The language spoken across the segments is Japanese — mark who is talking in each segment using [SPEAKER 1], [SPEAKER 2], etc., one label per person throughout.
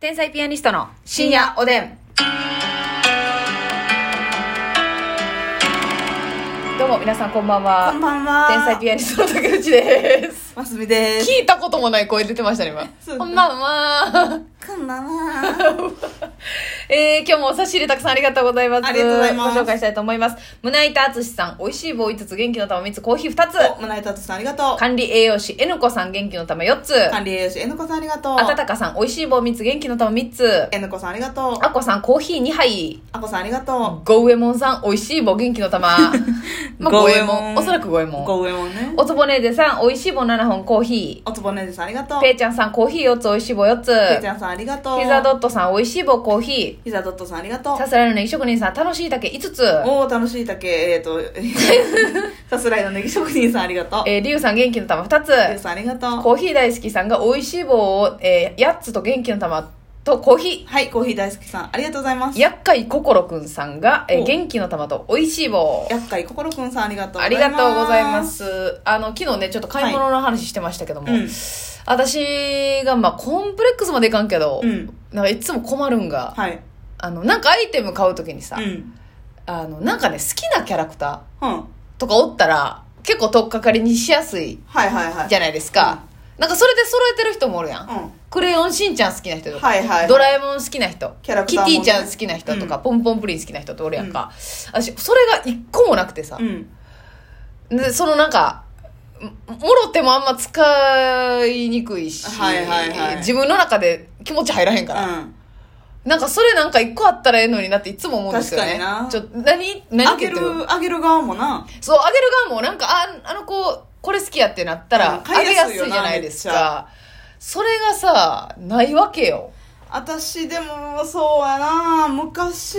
[SPEAKER 1] 天才ピアニストの深夜おでん。どうも皆さんこんばんは。
[SPEAKER 2] こんばんは。
[SPEAKER 1] 天才ピアニストの竹内です。
[SPEAKER 2] マスミで す。
[SPEAKER 1] 聞いたこともない声出てましたね、
[SPEAKER 2] そう
[SPEAKER 1] 今。こんばんは。
[SPEAKER 2] こんばんは。
[SPEAKER 1] えー、今日もお差し入れたくさんありがとうございます。
[SPEAKER 2] ありがとうございます
[SPEAKER 1] ご紹介したいと思います。胸板敦さん、美味しい棒5つ、元気の玉3つ、コーヒー2つ。
[SPEAKER 2] お、胸板とさんありがとう。
[SPEAKER 1] 管理栄養士、えぬこさん、元気の玉4つ。
[SPEAKER 2] 管理栄養士、えのこさんありがとう。
[SPEAKER 1] あたたかさん、美味しい棒3つ、元気の玉3つ。
[SPEAKER 2] えのこさんありがとう。
[SPEAKER 1] あこさん、コーヒー2杯。
[SPEAKER 2] あこさんありがと
[SPEAKER 1] ゴウエモンさん、美味しい棒、元気の 玉。まあ、
[SPEAKER 2] ゴ
[SPEAKER 1] ゴ
[SPEAKER 2] ウ
[SPEAKER 1] ウ
[SPEAKER 2] エ
[SPEAKER 1] エ
[SPEAKER 2] モン
[SPEAKER 1] モン。おそらくゴウエモ
[SPEAKER 2] う。
[SPEAKER 1] ン。
[SPEAKER 2] ごうえもんね。
[SPEAKER 1] おつぼねーぜさん、美味しい棒7本、コーヒ
[SPEAKER 2] おつぼねじさんありがとう。
[SPEAKER 1] ー。ぺ
[SPEAKER 2] ぺ
[SPEAKER 1] ーちゃんさん、コーヒー4つ、美味しい棒4つ。
[SPEAKER 2] ーちゃんさんありがとう。
[SPEAKER 1] ピザドットさん、美味しい棒、コーヒ
[SPEAKER 2] ひざドットさんありがと
[SPEAKER 1] ー。さ
[SPEAKER 2] う。
[SPEAKER 1] すらいのネギ職人さん、楽しい竹5つ。
[SPEAKER 2] おー、楽しいたけ、え っと、さすらいのネギ職人さんありがとう。
[SPEAKER 1] えー、リュウさん、元気の玉2
[SPEAKER 2] ゆう
[SPEAKER 1] つ。
[SPEAKER 2] さんありがとう。
[SPEAKER 1] コーヒー大好きさんが、美味しい棒を、えー、8つと元気の玉とコーヒ
[SPEAKER 2] はい、コーヒー大好きさん、ありがとうございま
[SPEAKER 1] ー。
[SPEAKER 2] す。
[SPEAKER 1] 厄介こころくんさんが、え
[SPEAKER 2] お
[SPEAKER 1] ー、元気の玉と美味しい棒。
[SPEAKER 2] やっかいこころくんさんありがとう。
[SPEAKER 1] ありがとうございま。す。あの、昨日ね、ちょっと買い物の話してましたけども、
[SPEAKER 2] うん。
[SPEAKER 1] 私が、まあ、コンプレックスまでいかんけど、
[SPEAKER 2] うん。
[SPEAKER 1] なんかいつも困るんが、
[SPEAKER 2] はい。
[SPEAKER 1] あの、なんかアイテム買うときにさ、
[SPEAKER 2] うん。
[SPEAKER 1] あの、なんかね、好きなキャラクタ
[SPEAKER 2] うん。
[SPEAKER 1] ーとかおったら、結構取っかかりにしやすい
[SPEAKER 2] はいはいはい。
[SPEAKER 1] じゃないですか。なんかそれで揃えてる人もおるやん。
[SPEAKER 2] うん。
[SPEAKER 1] クレヨンしんちゃん好きな人とか、
[SPEAKER 2] はいはいはい
[SPEAKER 1] ドラえもん好きな人、
[SPEAKER 2] キャラク
[SPEAKER 1] キ
[SPEAKER 2] ターも
[SPEAKER 1] テ
[SPEAKER 2] ね
[SPEAKER 1] ィちゃん好きな人とか、
[SPEAKER 2] うん
[SPEAKER 1] ポンポンプリン好きな人っておるやんか。私、それが一個もなくてさ、
[SPEAKER 2] うん。
[SPEAKER 1] でそのなんかももろてもあんま使いにくいし、
[SPEAKER 2] はいはいはい
[SPEAKER 1] 自分の中で気持ち入らへんから、
[SPEAKER 2] うん。
[SPEAKER 1] なんかそれなんか一個あったらええのになっていつも思うんですよね
[SPEAKER 2] 確かにな
[SPEAKER 1] ちょ何何
[SPEAKER 2] あ
[SPEAKER 1] っ
[SPEAKER 2] げ
[SPEAKER 1] て言ってる
[SPEAKER 2] る、あげる側もな。
[SPEAKER 1] そうあげる側もなんかああの子これ好きやってなった
[SPEAKER 2] うん
[SPEAKER 1] らあ
[SPEAKER 2] 買
[SPEAKER 1] げ
[SPEAKER 2] いや
[SPEAKER 1] や
[SPEAKER 2] す
[SPEAKER 1] す
[SPEAKER 2] い
[SPEAKER 1] い
[SPEAKER 2] よな
[SPEAKER 1] じゃないですかそれがさないわけよ
[SPEAKER 2] 私でも、そうやな昔、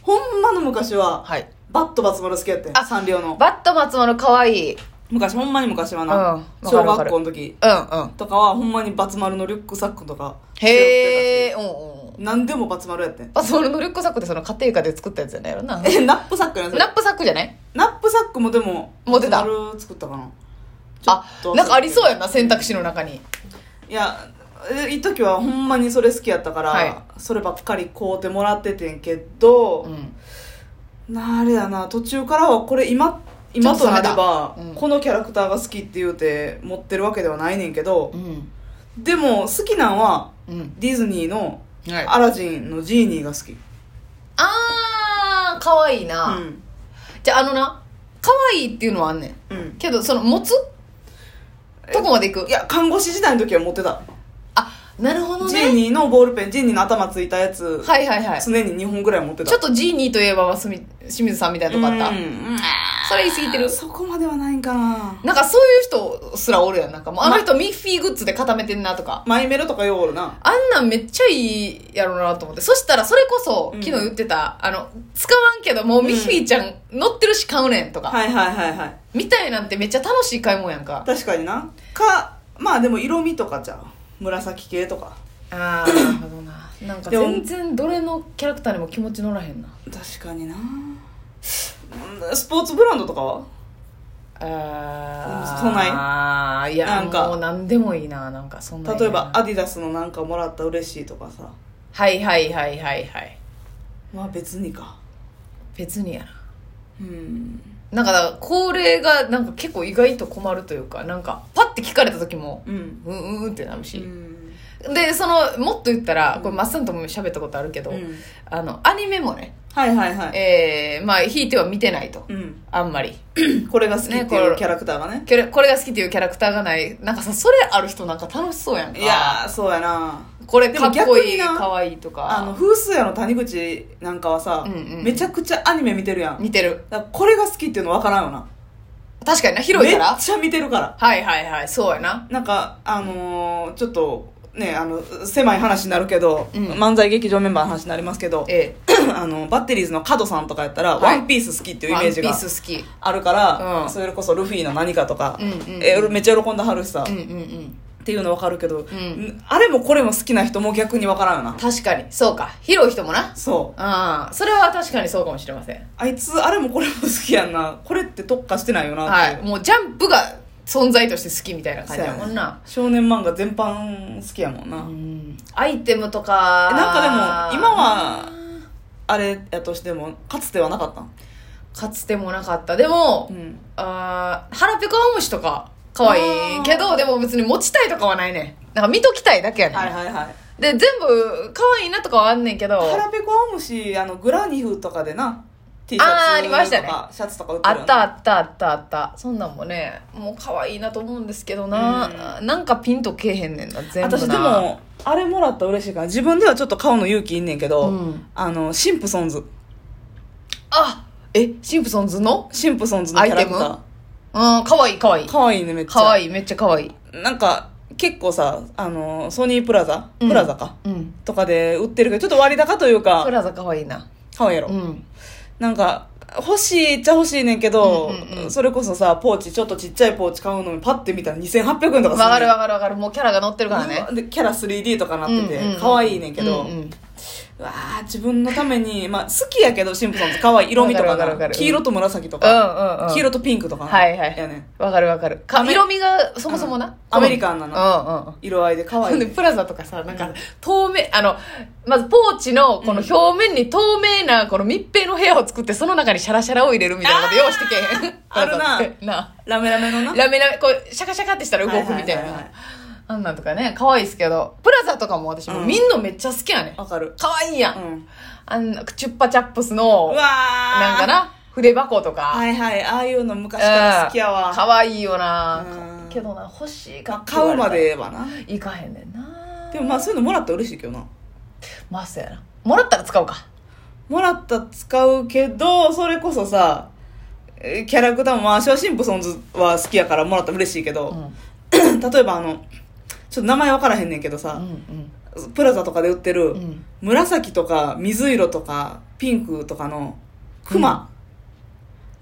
[SPEAKER 2] ほんまの昔は、
[SPEAKER 1] はい
[SPEAKER 2] バットバツマル好きやってん。
[SPEAKER 1] あ
[SPEAKER 2] サンリオの。
[SPEAKER 1] バット松丸かわいいうん
[SPEAKER 2] 昔、ほんまに昔は
[SPEAKER 1] う。
[SPEAKER 2] なん
[SPEAKER 1] わか
[SPEAKER 2] 小
[SPEAKER 1] るわか
[SPEAKER 2] 学
[SPEAKER 1] る
[SPEAKER 2] 校の時
[SPEAKER 1] うん
[SPEAKER 2] とかは、ほんまにバツマルのリュックサックとか。
[SPEAKER 1] へ
[SPEAKER 2] え。
[SPEAKER 1] えうんうん
[SPEAKER 2] 何でもバツマルやって ん。
[SPEAKER 1] バツ丸のリュックサックでその家庭科で作ったやつやないやろな
[SPEAKER 2] え、ナップサックやな、それ
[SPEAKER 1] ナ。ップサックじゃない
[SPEAKER 2] ナップサックもでも、
[SPEAKER 1] 持ってた
[SPEAKER 2] バツ丸作ったかな。
[SPEAKER 1] あ
[SPEAKER 2] ちょっと忘れてる
[SPEAKER 1] なんかありそうやんな選択肢の中に
[SPEAKER 2] いや、え一時はほんまにそれ好きやったから、
[SPEAKER 1] は
[SPEAKER 2] そればっかり買うてもらっててんけど、
[SPEAKER 1] うん
[SPEAKER 2] なあれやな途中からはこれ今今となれ
[SPEAKER 1] ちょっ
[SPEAKER 2] ば、
[SPEAKER 1] と冷めたうん
[SPEAKER 2] このキャラクターが好きって言うて持ってるわけではないねんけど
[SPEAKER 1] う、ん
[SPEAKER 2] でも好きなんは
[SPEAKER 1] うん
[SPEAKER 2] ディズニーの
[SPEAKER 1] はい
[SPEAKER 2] アラジンのジーニーが好き、
[SPEAKER 1] あーかわいいな、
[SPEAKER 2] うん
[SPEAKER 1] じゃああのなかわいいっていうのはあんねん
[SPEAKER 2] うん
[SPEAKER 1] けどその持つどこまでいく
[SPEAKER 2] いや看護師時代の時は持ってた、
[SPEAKER 1] あなるほど
[SPEAKER 2] ジー
[SPEAKER 1] ね
[SPEAKER 2] ニーのボールペンジーニーの頭ついたやつ、
[SPEAKER 1] はいはいはい
[SPEAKER 2] 常に2本ぐらい持ってた
[SPEAKER 1] ちょっとジーニーといえばますみ清水さんみたいなとこあった、
[SPEAKER 2] うんうん
[SPEAKER 1] それ言い過ぎてる
[SPEAKER 2] そこまではないんかな
[SPEAKER 1] なんかそういう人すらおるやんなんかもうあの人ミッフィーグッズで固めてんなとか
[SPEAKER 2] マイメロとかようおるな
[SPEAKER 1] あんなんめっちゃいいやろなと思ってそしたらそれこそ
[SPEAKER 2] うん
[SPEAKER 1] 昨日言ってた、あの使わんけどもうミッフィーちゃん乗ってるし買うねんとか、
[SPEAKER 2] はいはいはいはい
[SPEAKER 1] みたいなんてめっちゃ楽しい買い物やんか
[SPEAKER 2] 確かになかまあでも色味とかじゃう紫系とか
[SPEAKER 1] ああなるほどな なんか
[SPEAKER 2] でも
[SPEAKER 1] 全然どれのキャラクターにも気持ち乗らへんな
[SPEAKER 2] 確かになスポーツブランドとかは
[SPEAKER 1] あ
[SPEAKER 2] ーそうない
[SPEAKER 1] あいや
[SPEAKER 2] なんか
[SPEAKER 1] もう何でもいいななんかそんなんやな
[SPEAKER 2] 例えばアディダスのなんかもらったら嬉しいとかさ
[SPEAKER 1] はいはいはいはいはい
[SPEAKER 2] まあ別にか
[SPEAKER 1] 別にやな
[SPEAKER 2] うん
[SPEAKER 1] なんかだからこれがなんか結構意外と困るというかなんかパッて聞かれた時も
[SPEAKER 2] うん
[SPEAKER 1] うんうんうんってなる
[SPEAKER 2] う
[SPEAKER 1] し、
[SPEAKER 2] ん
[SPEAKER 1] でそのもっと言ったらこれマッサンとも喋ったことあるけど、
[SPEAKER 2] うん
[SPEAKER 1] あのアニメもね
[SPEAKER 2] はいはいはい
[SPEAKER 1] えー、まあひいては見てないと、
[SPEAKER 2] うん
[SPEAKER 1] あんまり
[SPEAKER 2] これが好き
[SPEAKER 1] ね
[SPEAKER 2] って
[SPEAKER 1] これ
[SPEAKER 2] いうキャラクターがね
[SPEAKER 1] これこれが好きっていうキャラクターがないなんかさそれある人なんか楽しそうやんか
[SPEAKER 2] いやーそうやな
[SPEAKER 1] これかっこいい
[SPEAKER 2] でも逆にな
[SPEAKER 1] かわいいとか
[SPEAKER 2] あの風水屋の谷口なんかはさ、
[SPEAKER 1] うんうん
[SPEAKER 2] めちゃくちゃアニメ見てるやん
[SPEAKER 1] 似てる
[SPEAKER 2] だからこれが好きっていうの分からんよな
[SPEAKER 1] 確かにな広いか
[SPEAKER 2] め
[SPEAKER 1] ら
[SPEAKER 2] っちゃ見てるから
[SPEAKER 1] はいはいはいそうやな
[SPEAKER 2] なんかあのーちょっとねあの狭い話になるけど、
[SPEAKER 1] うん
[SPEAKER 2] 漫才劇場メンバーの話になりますけど
[SPEAKER 1] え
[SPEAKER 2] あのバッテリーズの角さんとかやったら、
[SPEAKER 1] はい
[SPEAKER 2] ワンピース好きって
[SPEAKER 1] え
[SPEAKER 2] いうイメージ
[SPEAKER 1] ワ
[SPEAKER 2] が
[SPEAKER 1] ンピース好き
[SPEAKER 2] あるから、
[SPEAKER 1] うん
[SPEAKER 2] それこそルフィの何かとか、
[SPEAKER 1] うんうんうん
[SPEAKER 2] えめっちゃ喜んだはるしさ、
[SPEAKER 1] うん
[SPEAKER 2] っ
[SPEAKER 1] うんうん
[SPEAKER 2] ていうの分かるけど、
[SPEAKER 1] ん
[SPEAKER 2] あれもこれも好きな人も逆に分からんよな
[SPEAKER 1] 確かにそうか広い人もな
[SPEAKER 2] そう
[SPEAKER 1] ああそれは確かにそうかもしれません
[SPEAKER 2] あいつあれもこれも好きやんなこれって特化してないよなって
[SPEAKER 1] はいもうジャンプが存在として好きみたいな感じやもんな。
[SPEAKER 2] 少年漫画全般好きやもんな、
[SPEAKER 1] うんアイテムとか。
[SPEAKER 2] えなんかでも今はあれやとしてもかつてはなかったん
[SPEAKER 1] かつてもなかった。でも、
[SPEAKER 2] ん
[SPEAKER 1] あー腹ペコアムシとか、可愛いけ
[SPEAKER 2] あ
[SPEAKER 1] ど、
[SPEAKER 2] ー
[SPEAKER 1] でも別に持ちたいとかはないねん。なんか見ときたいだけやねん。
[SPEAKER 2] はいはいはい
[SPEAKER 1] で、全部可愛いなとかはあんねんけど、
[SPEAKER 2] 腹ペコアムシあのグラニフとかでな T シャツと
[SPEAKER 1] あ
[SPEAKER 2] か
[SPEAKER 1] ーありましたね
[SPEAKER 2] シャツとか売って
[SPEAKER 1] あ
[SPEAKER 2] るよ
[SPEAKER 1] ったあ
[SPEAKER 2] な
[SPEAKER 1] ったあったあった。そんなんもね、もう可愛いなと思うんですけどな、なんかピンとけえへんねんな、全部な。
[SPEAKER 2] 私で、もあれもらったら嬉しいから自分ではちょっと買うの勇気いんねんけど、
[SPEAKER 1] うん
[SPEAKER 2] あのシンプソンズ
[SPEAKER 1] あえ、シンプソンズの
[SPEAKER 2] シンプソンズのキャラクタ
[SPEAKER 1] アイ
[SPEAKER 2] ー
[SPEAKER 1] うん、可愛い可愛い。
[SPEAKER 2] 可愛いねめっちゃ
[SPEAKER 1] 可愛いめっちゃ可愛い。
[SPEAKER 2] なんか結構さあのソニープラザ
[SPEAKER 1] うん
[SPEAKER 2] プラザか、
[SPEAKER 1] うん。
[SPEAKER 2] とかで売ってるけどちょっと割高という
[SPEAKER 1] プ
[SPEAKER 2] か
[SPEAKER 1] ラザ可愛いな。
[SPEAKER 2] 可愛いやろ、
[SPEAKER 1] うん。
[SPEAKER 2] なんか欲しいっちゃ欲しいねんけど、
[SPEAKER 1] うんうんうん
[SPEAKER 2] それこそさポーチちょっとちっちゃいポーチ買うのにパッて見たら2800円とかするねん
[SPEAKER 1] わかるわかるわかる。もうキャラが乗ってるからね。
[SPEAKER 2] うんでキャラ 3D とかなってて、
[SPEAKER 1] うんうんうん
[SPEAKER 2] 可愛いねんけど、
[SPEAKER 1] うんうん
[SPEAKER 2] うわー自分のために、まあ、好きやけどシンプソンズ可愛い色味とか
[SPEAKER 1] わかるわかるわか
[SPEAKER 2] が
[SPEAKER 1] る
[SPEAKER 2] 黄色と紫と
[SPEAKER 1] うんう
[SPEAKER 2] か、
[SPEAKER 1] んうん。
[SPEAKER 2] 黄色とピンクとかな
[SPEAKER 1] はいはい
[SPEAKER 2] やねん
[SPEAKER 1] わかるわかる。
[SPEAKER 2] ア
[SPEAKER 1] か
[SPEAKER 2] メ
[SPEAKER 1] 色味がそもそもな。
[SPEAKER 2] アメリカンなの
[SPEAKER 1] の。うんうんうん。
[SPEAKER 2] 色合いで可
[SPEAKER 1] ほ
[SPEAKER 2] 愛い
[SPEAKER 1] ん
[SPEAKER 2] ね
[SPEAKER 1] で
[SPEAKER 2] ん、
[SPEAKER 1] プラザとかさ、なんか、透明、あの、まずポーチの、この表面に透明な、この密閉の部屋を作って、その中にシャラシャラを入れるみたいなこと用意してけへん。
[SPEAKER 2] あー
[SPEAKER 1] プラザってな
[SPEAKER 2] ラメラメのな
[SPEAKER 1] あラメラメ、こう、シャカシャカってしたら動くみたい
[SPEAKER 2] はいはいはいは。
[SPEAKER 1] ないあんなんとかね、可愛いですけど、プラザとかも私も
[SPEAKER 2] うん
[SPEAKER 1] みんなめっちゃ好きやねん。
[SPEAKER 2] わかる
[SPEAKER 1] 可愛いや。
[SPEAKER 2] うんん
[SPEAKER 1] あんな、チュッパチャップス
[SPEAKER 2] う
[SPEAKER 1] の
[SPEAKER 2] わー、
[SPEAKER 1] なんかな、筆箱とか。
[SPEAKER 2] はいはいああいうの昔から好きやわ
[SPEAKER 1] 可愛いよな
[SPEAKER 2] うん
[SPEAKER 1] けどな、欲しいかって言わ
[SPEAKER 2] 買う
[SPEAKER 1] れた
[SPEAKER 2] ま
[SPEAKER 1] ら
[SPEAKER 2] ではない
[SPEAKER 1] かへんねんな
[SPEAKER 2] でもまあそういうのもらったら嬉しいけどな
[SPEAKER 1] まあそうやなもらったら使おうか
[SPEAKER 2] もらったら使うけどそれこそさえーキャラクターもまあ私はシンプソンズは好きやからもらったら嬉しいけど、
[SPEAKER 1] うん
[SPEAKER 2] 例えばあのちょっと名前分からへんねんけどさ、
[SPEAKER 1] ん
[SPEAKER 2] プラザとかで売ってる、
[SPEAKER 1] ん
[SPEAKER 2] 紫とか水色とかピンクとかのクマ、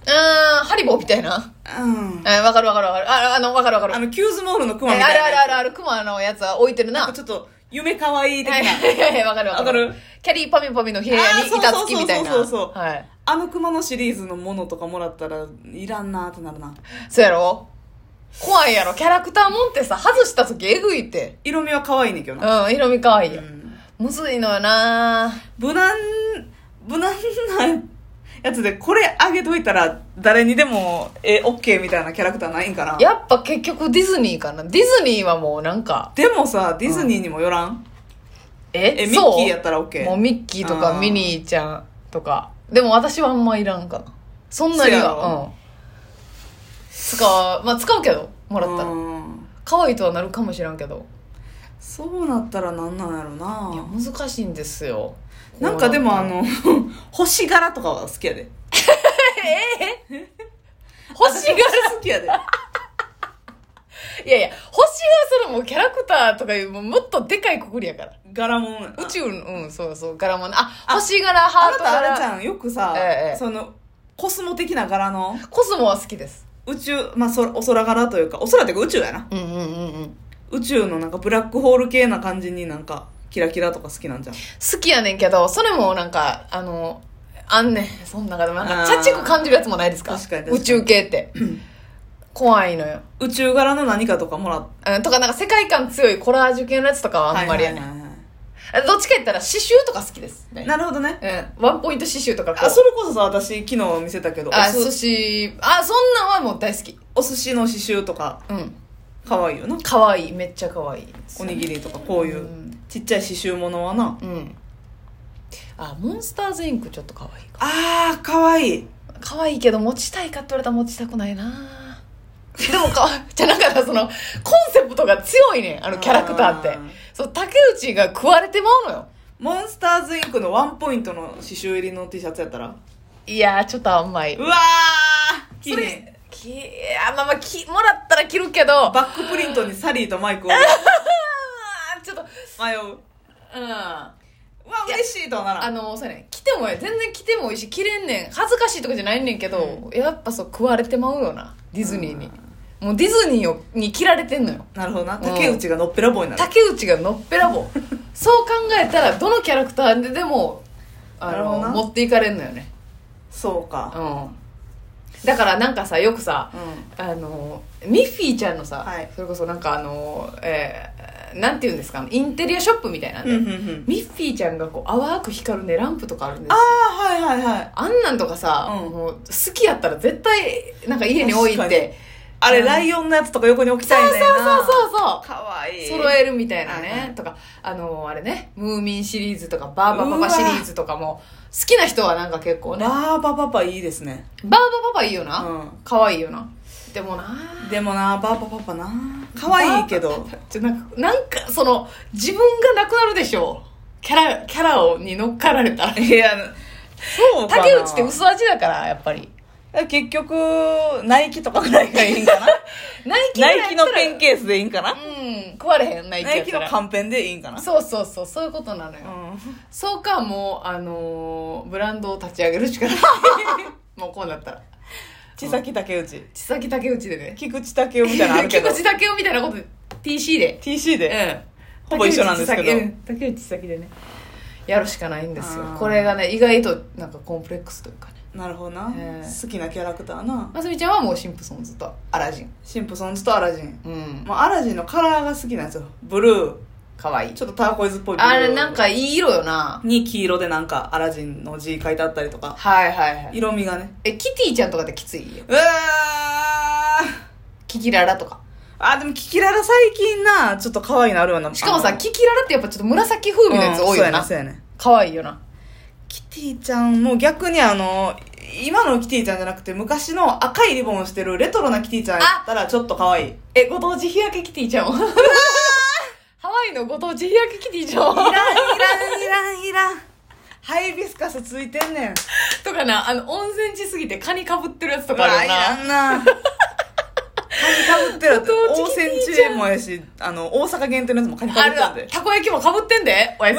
[SPEAKER 1] あーハリボーみたいな
[SPEAKER 2] うん
[SPEAKER 1] えーわかるわかるわかるああのわかるわかる
[SPEAKER 2] あ
[SPEAKER 1] あ
[SPEAKER 2] のキューズモールのクマみ
[SPEAKER 1] ある
[SPEAKER 2] たいな
[SPEAKER 1] あるあるあるクマのやつは置いてるな
[SPEAKER 2] ちょっと夢かわいい的な、
[SPEAKER 1] はいはいはいわかるわかる
[SPEAKER 2] わかる
[SPEAKER 1] キャリーパミュパミュの部屋に
[SPEAKER 2] あー
[SPEAKER 1] 板付きみたいな
[SPEAKER 2] そうそうそうそう
[SPEAKER 1] はい
[SPEAKER 2] あのクマのシリーズのものとかもらったらいらんなーってなるな
[SPEAKER 1] そうやろ怖いやろキャラクターもんってさ外した時えぐいって
[SPEAKER 2] 色味は可愛いねんけど
[SPEAKER 1] う
[SPEAKER 2] な、
[SPEAKER 1] ん色味かわいいよ
[SPEAKER 2] うん
[SPEAKER 1] むずいのよな
[SPEAKER 2] 無難無難なやつでこれあげといたら誰にでもえオッケーみたいなキャラクターないんかな
[SPEAKER 1] やっぱ結局ディズニーかなディズニーはもうなんか
[SPEAKER 2] でもさディズニーにもよらん、
[SPEAKER 1] え
[SPEAKER 2] えミ
[SPEAKER 1] そう
[SPEAKER 2] ッキーやったらオッケー
[SPEAKER 1] もうミッキーと
[SPEAKER 2] あ
[SPEAKER 1] か
[SPEAKER 2] ー
[SPEAKER 1] ミニーちゃんとかでも私はあんまいらんかなそんなに
[SPEAKER 2] そうやろ
[SPEAKER 1] はうん使うまあ使うけどもらったら
[SPEAKER 2] うん
[SPEAKER 1] 可愛いとはなるかもしらんけど
[SPEAKER 2] そうなったらなんなんやろ
[SPEAKER 1] いや
[SPEAKER 2] な
[SPEAKER 1] 難しいんですよ
[SPEAKER 2] なんかでもあ
[SPEAKER 1] こうなっ
[SPEAKER 2] の 星柄とかは好きやで
[SPEAKER 1] たら星が
[SPEAKER 2] 柄好きやで
[SPEAKER 1] いやいや星はそのもうキャラクターとかいうもうもっとでかいくくりやから
[SPEAKER 2] 柄もんやな
[SPEAKER 1] 宇宙のうんそうそう柄もなあ
[SPEAKER 2] あ
[SPEAKER 1] 星柄
[SPEAKER 2] あ
[SPEAKER 1] ハー
[SPEAKER 2] な
[SPEAKER 1] ト
[SPEAKER 2] たあれじ
[SPEAKER 1] 柄
[SPEAKER 2] ゃんよくさ、
[SPEAKER 1] ええ
[SPEAKER 2] そのコスモ的な柄の
[SPEAKER 1] コスモは好きです
[SPEAKER 2] 宇宙まあそお空柄というかお空っていうか宇宙やな
[SPEAKER 1] うんうんうんうん
[SPEAKER 2] 宇宙のなんかブラックホール系な感じになんかキラキラとか好きなんじゃん
[SPEAKER 1] 好きやねんけど、それもなんか、あの、あんねん。そん中でもなんか、
[SPEAKER 2] あー
[SPEAKER 1] チャチく感じるやつもないですか
[SPEAKER 2] 確かに確かに
[SPEAKER 1] 宇宙系 って。怖いのよ。
[SPEAKER 2] 宇宙柄の何かとかもらっ
[SPEAKER 1] うん、とかなんか世界観強いコラージュ系のやつとかはあんまりやねん。
[SPEAKER 2] はいはいはいは
[SPEAKER 1] どっちか言ったら刺繍とか好きです。
[SPEAKER 2] いなるほどね
[SPEAKER 1] うん。ワンポイント刺繍とかこう。
[SPEAKER 2] あそれこそさ私昨日見せたけど
[SPEAKER 1] あ
[SPEAKER 2] お
[SPEAKER 1] 寿
[SPEAKER 2] す
[SPEAKER 1] 司。あ、そんなんはもう大好き。
[SPEAKER 2] お寿司の刺繍とか
[SPEAKER 1] うん。
[SPEAKER 2] 可愛いよな
[SPEAKER 1] 可愛いめっちゃ可愛い
[SPEAKER 2] おにぎりとかこういううんちっちゃい刺繍ものはな
[SPEAKER 1] うん。あ、モンスターズインクちょっと可愛いか。
[SPEAKER 2] あー可愛い
[SPEAKER 1] 可愛いけど持ちたいかって言われたら持ちたくないなでもか じゃあなんかそのコンセプトが強いねんあのキャラクターって
[SPEAKER 2] あー
[SPEAKER 1] そう竹内が食われてまうのよ
[SPEAKER 2] モンスターズインクのワンポイントの刺繍入りの T シャツやったら
[SPEAKER 1] いやーちょっと甘いう
[SPEAKER 2] わー
[SPEAKER 1] そ
[SPEAKER 2] 綺麗
[SPEAKER 1] れきいやまあまあきもらったら着るけどあ
[SPEAKER 2] バックプリントにサリーとマイ クを迷
[SPEAKER 1] ーちょっと
[SPEAKER 2] う
[SPEAKER 1] うんあ
[SPEAKER 2] うわ嬉しいとはならん
[SPEAKER 1] のそうやね着てもええ全然着てもいいし着れんねん恥ずかしいとかじゃないねんけど、やっぱそう食われてまうよなディズニーにもうディズニーをに着られてんのよ
[SPEAKER 2] なるほどな
[SPEAKER 1] うん
[SPEAKER 2] 竹内がのっぺらぼうになる
[SPEAKER 1] 竹内がのっぺらぼうそう考えたらどのキャラクターででもあ
[SPEAKER 2] なるほ
[SPEAKER 1] の
[SPEAKER 2] どな
[SPEAKER 1] 持っていかれんのよね
[SPEAKER 2] そうか
[SPEAKER 1] うんだからなんかさよくさ、
[SPEAKER 2] う
[SPEAKER 1] あのミッフィーちゃんのさ、
[SPEAKER 2] はい
[SPEAKER 1] それこそなんかあの、えーなんて言うんですかインテリアショップみたいなんで、
[SPEAKER 2] うんうんうん
[SPEAKER 1] ミッフィーちゃんがこう淡く光るねランプとかあるんです
[SPEAKER 2] あ
[SPEAKER 1] よ
[SPEAKER 2] あはいはいはい
[SPEAKER 1] あんなんとかさ、
[SPEAKER 2] うん
[SPEAKER 1] もう好きやったら絶対なんか家に置い
[SPEAKER 2] 確かに
[SPEAKER 1] て
[SPEAKER 2] あれ、
[SPEAKER 1] うん
[SPEAKER 2] ライオンのやつとか横に置き
[SPEAKER 1] そ
[SPEAKER 2] た
[SPEAKER 1] う
[SPEAKER 2] い
[SPEAKER 1] そ
[SPEAKER 2] ね
[SPEAKER 1] うんそう
[SPEAKER 2] な
[SPEAKER 1] そうそう
[SPEAKER 2] かわいい
[SPEAKER 1] 揃えるみたいなね、
[SPEAKER 2] はいはい
[SPEAKER 1] とかあのあれねムーミンシリーズとかバーバパパシリーズとかも好きな人はなんか結構ねバー
[SPEAKER 2] バーバパパいいですね
[SPEAKER 1] バパパいいよな、
[SPEAKER 2] う
[SPEAKER 1] 可愛いよなでもなん
[SPEAKER 2] でもなバーバパパな可愛いけど
[SPEAKER 1] ちょなんかなんかその自分がなくなるでしょキャラキャラをに乗っかられたら
[SPEAKER 2] いやそうかな
[SPEAKER 1] 竹内って薄味だからやっぱり
[SPEAKER 2] 結局ナイキとかぐらいがいい んかな
[SPEAKER 1] ナイキぐら
[SPEAKER 2] ナ
[SPEAKER 1] いやった
[SPEAKER 2] イキ
[SPEAKER 1] ら
[SPEAKER 2] のペンケースでいいんかな
[SPEAKER 1] うん食われへんナイキ
[SPEAKER 2] ナ
[SPEAKER 1] や
[SPEAKER 2] イ
[SPEAKER 1] っ
[SPEAKER 2] キ
[SPEAKER 1] た
[SPEAKER 2] の
[SPEAKER 1] ら
[SPEAKER 2] カンペンでいいんかな
[SPEAKER 1] そうそうそうそういうことなのよ、
[SPEAKER 2] う
[SPEAKER 1] そうかもうあのーブランドを立ち上げるしか ないもうこうなったら
[SPEAKER 2] 千崎竹内
[SPEAKER 1] 千崎竹内でね
[SPEAKER 2] 菊池竹雄みたいなのあるけ ど
[SPEAKER 1] 菊池竹雄みたいなことで TC で
[SPEAKER 2] TC
[SPEAKER 1] う
[SPEAKER 2] で
[SPEAKER 1] ん
[SPEAKER 2] ほぼ一緒なんですけど
[SPEAKER 1] 竹内千咲うん竹内千崎でねやるしかないんですよ
[SPEAKER 2] あー
[SPEAKER 1] これがね意外となんかコンプレックスというかね
[SPEAKER 2] なるほどな
[SPEAKER 1] ええ
[SPEAKER 2] 好きなキャラクターな
[SPEAKER 1] ますみちゃんはもうシンプソンズとアラジン
[SPEAKER 2] シンプソンズとアラジン
[SPEAKER 1] うん
[SPEAKER 2] まあアラジンのカラーが好きなんですよブルー
[SPEAKER 1] かわいい
[SPEAKER 2] ちょっとターコイズっぽいブルー
[SPEAKER 1] あれなんかいい色よな
[SPEAKER 2] に黄色でなんかアラジンの字書いてあったりとか
[SPEAKER 1] はいはいはい
[SPEAKER 2] 色味がね
[SPEAKER 1] えキティちゃんとかってきついよ
[SPEAKER 2] うわー
[SPEAKER 1] キキララとか
[SPEAKER 2] あでもキキララ最近なちょっと可愛いのあるよな
[SPEAKER 1] しかも
[SPEAKER 2] あ
[SPEAKER 1] さ
[SPEAKER 2] の
[SPEAKER 1] キキララってやっぱちょっと紫風味のやつ多いよ
[SPEAKER 2] うん
[SPEAKER 1] な
[SPEAKER 2] そうやねそうやね
[SPEAKER 1] かわいいよな
[SPEAKER 2] キティちゃんも逆にあの今のキティちゃんじゃなくて昔の赤いリボンをしてるレトロなキティちゃんやったらちょっと可愛い
[SPEAKER 1] えご当地日焼けキティちゃんをハワイのご当地日焼けキティちゃんを
[SPEAKER 2] いらんいらんいらんいらんハイビスカスついてんねん
[SPEAKER 1] とかなあの温泉地すぎてカニかぶってるやつと
[SPEAKER 2] と
[SPEAKER 1] か
[SPEAKER 2] か
[SPEAKER 1] ある
[SPEAKER 2] い
[SPEAKER 1] よな
[SPEAKER 2] らんなカニかぶってるやつ
[SPEAKER 1] ご当
[SPEAKER 2] 温
[SPEAKER 1] 地キティちゃん
[SPEAKER 2] 泉地でもやしあの大阪限定のやつもカニか
[SPEAKER 1] あ
[SPEAKER 2] ぶってるん
[SPEAKER 1] る
[SPEAKER 2] で
[SPEAKER 1] たこ焼きもかぶってんでおやすみ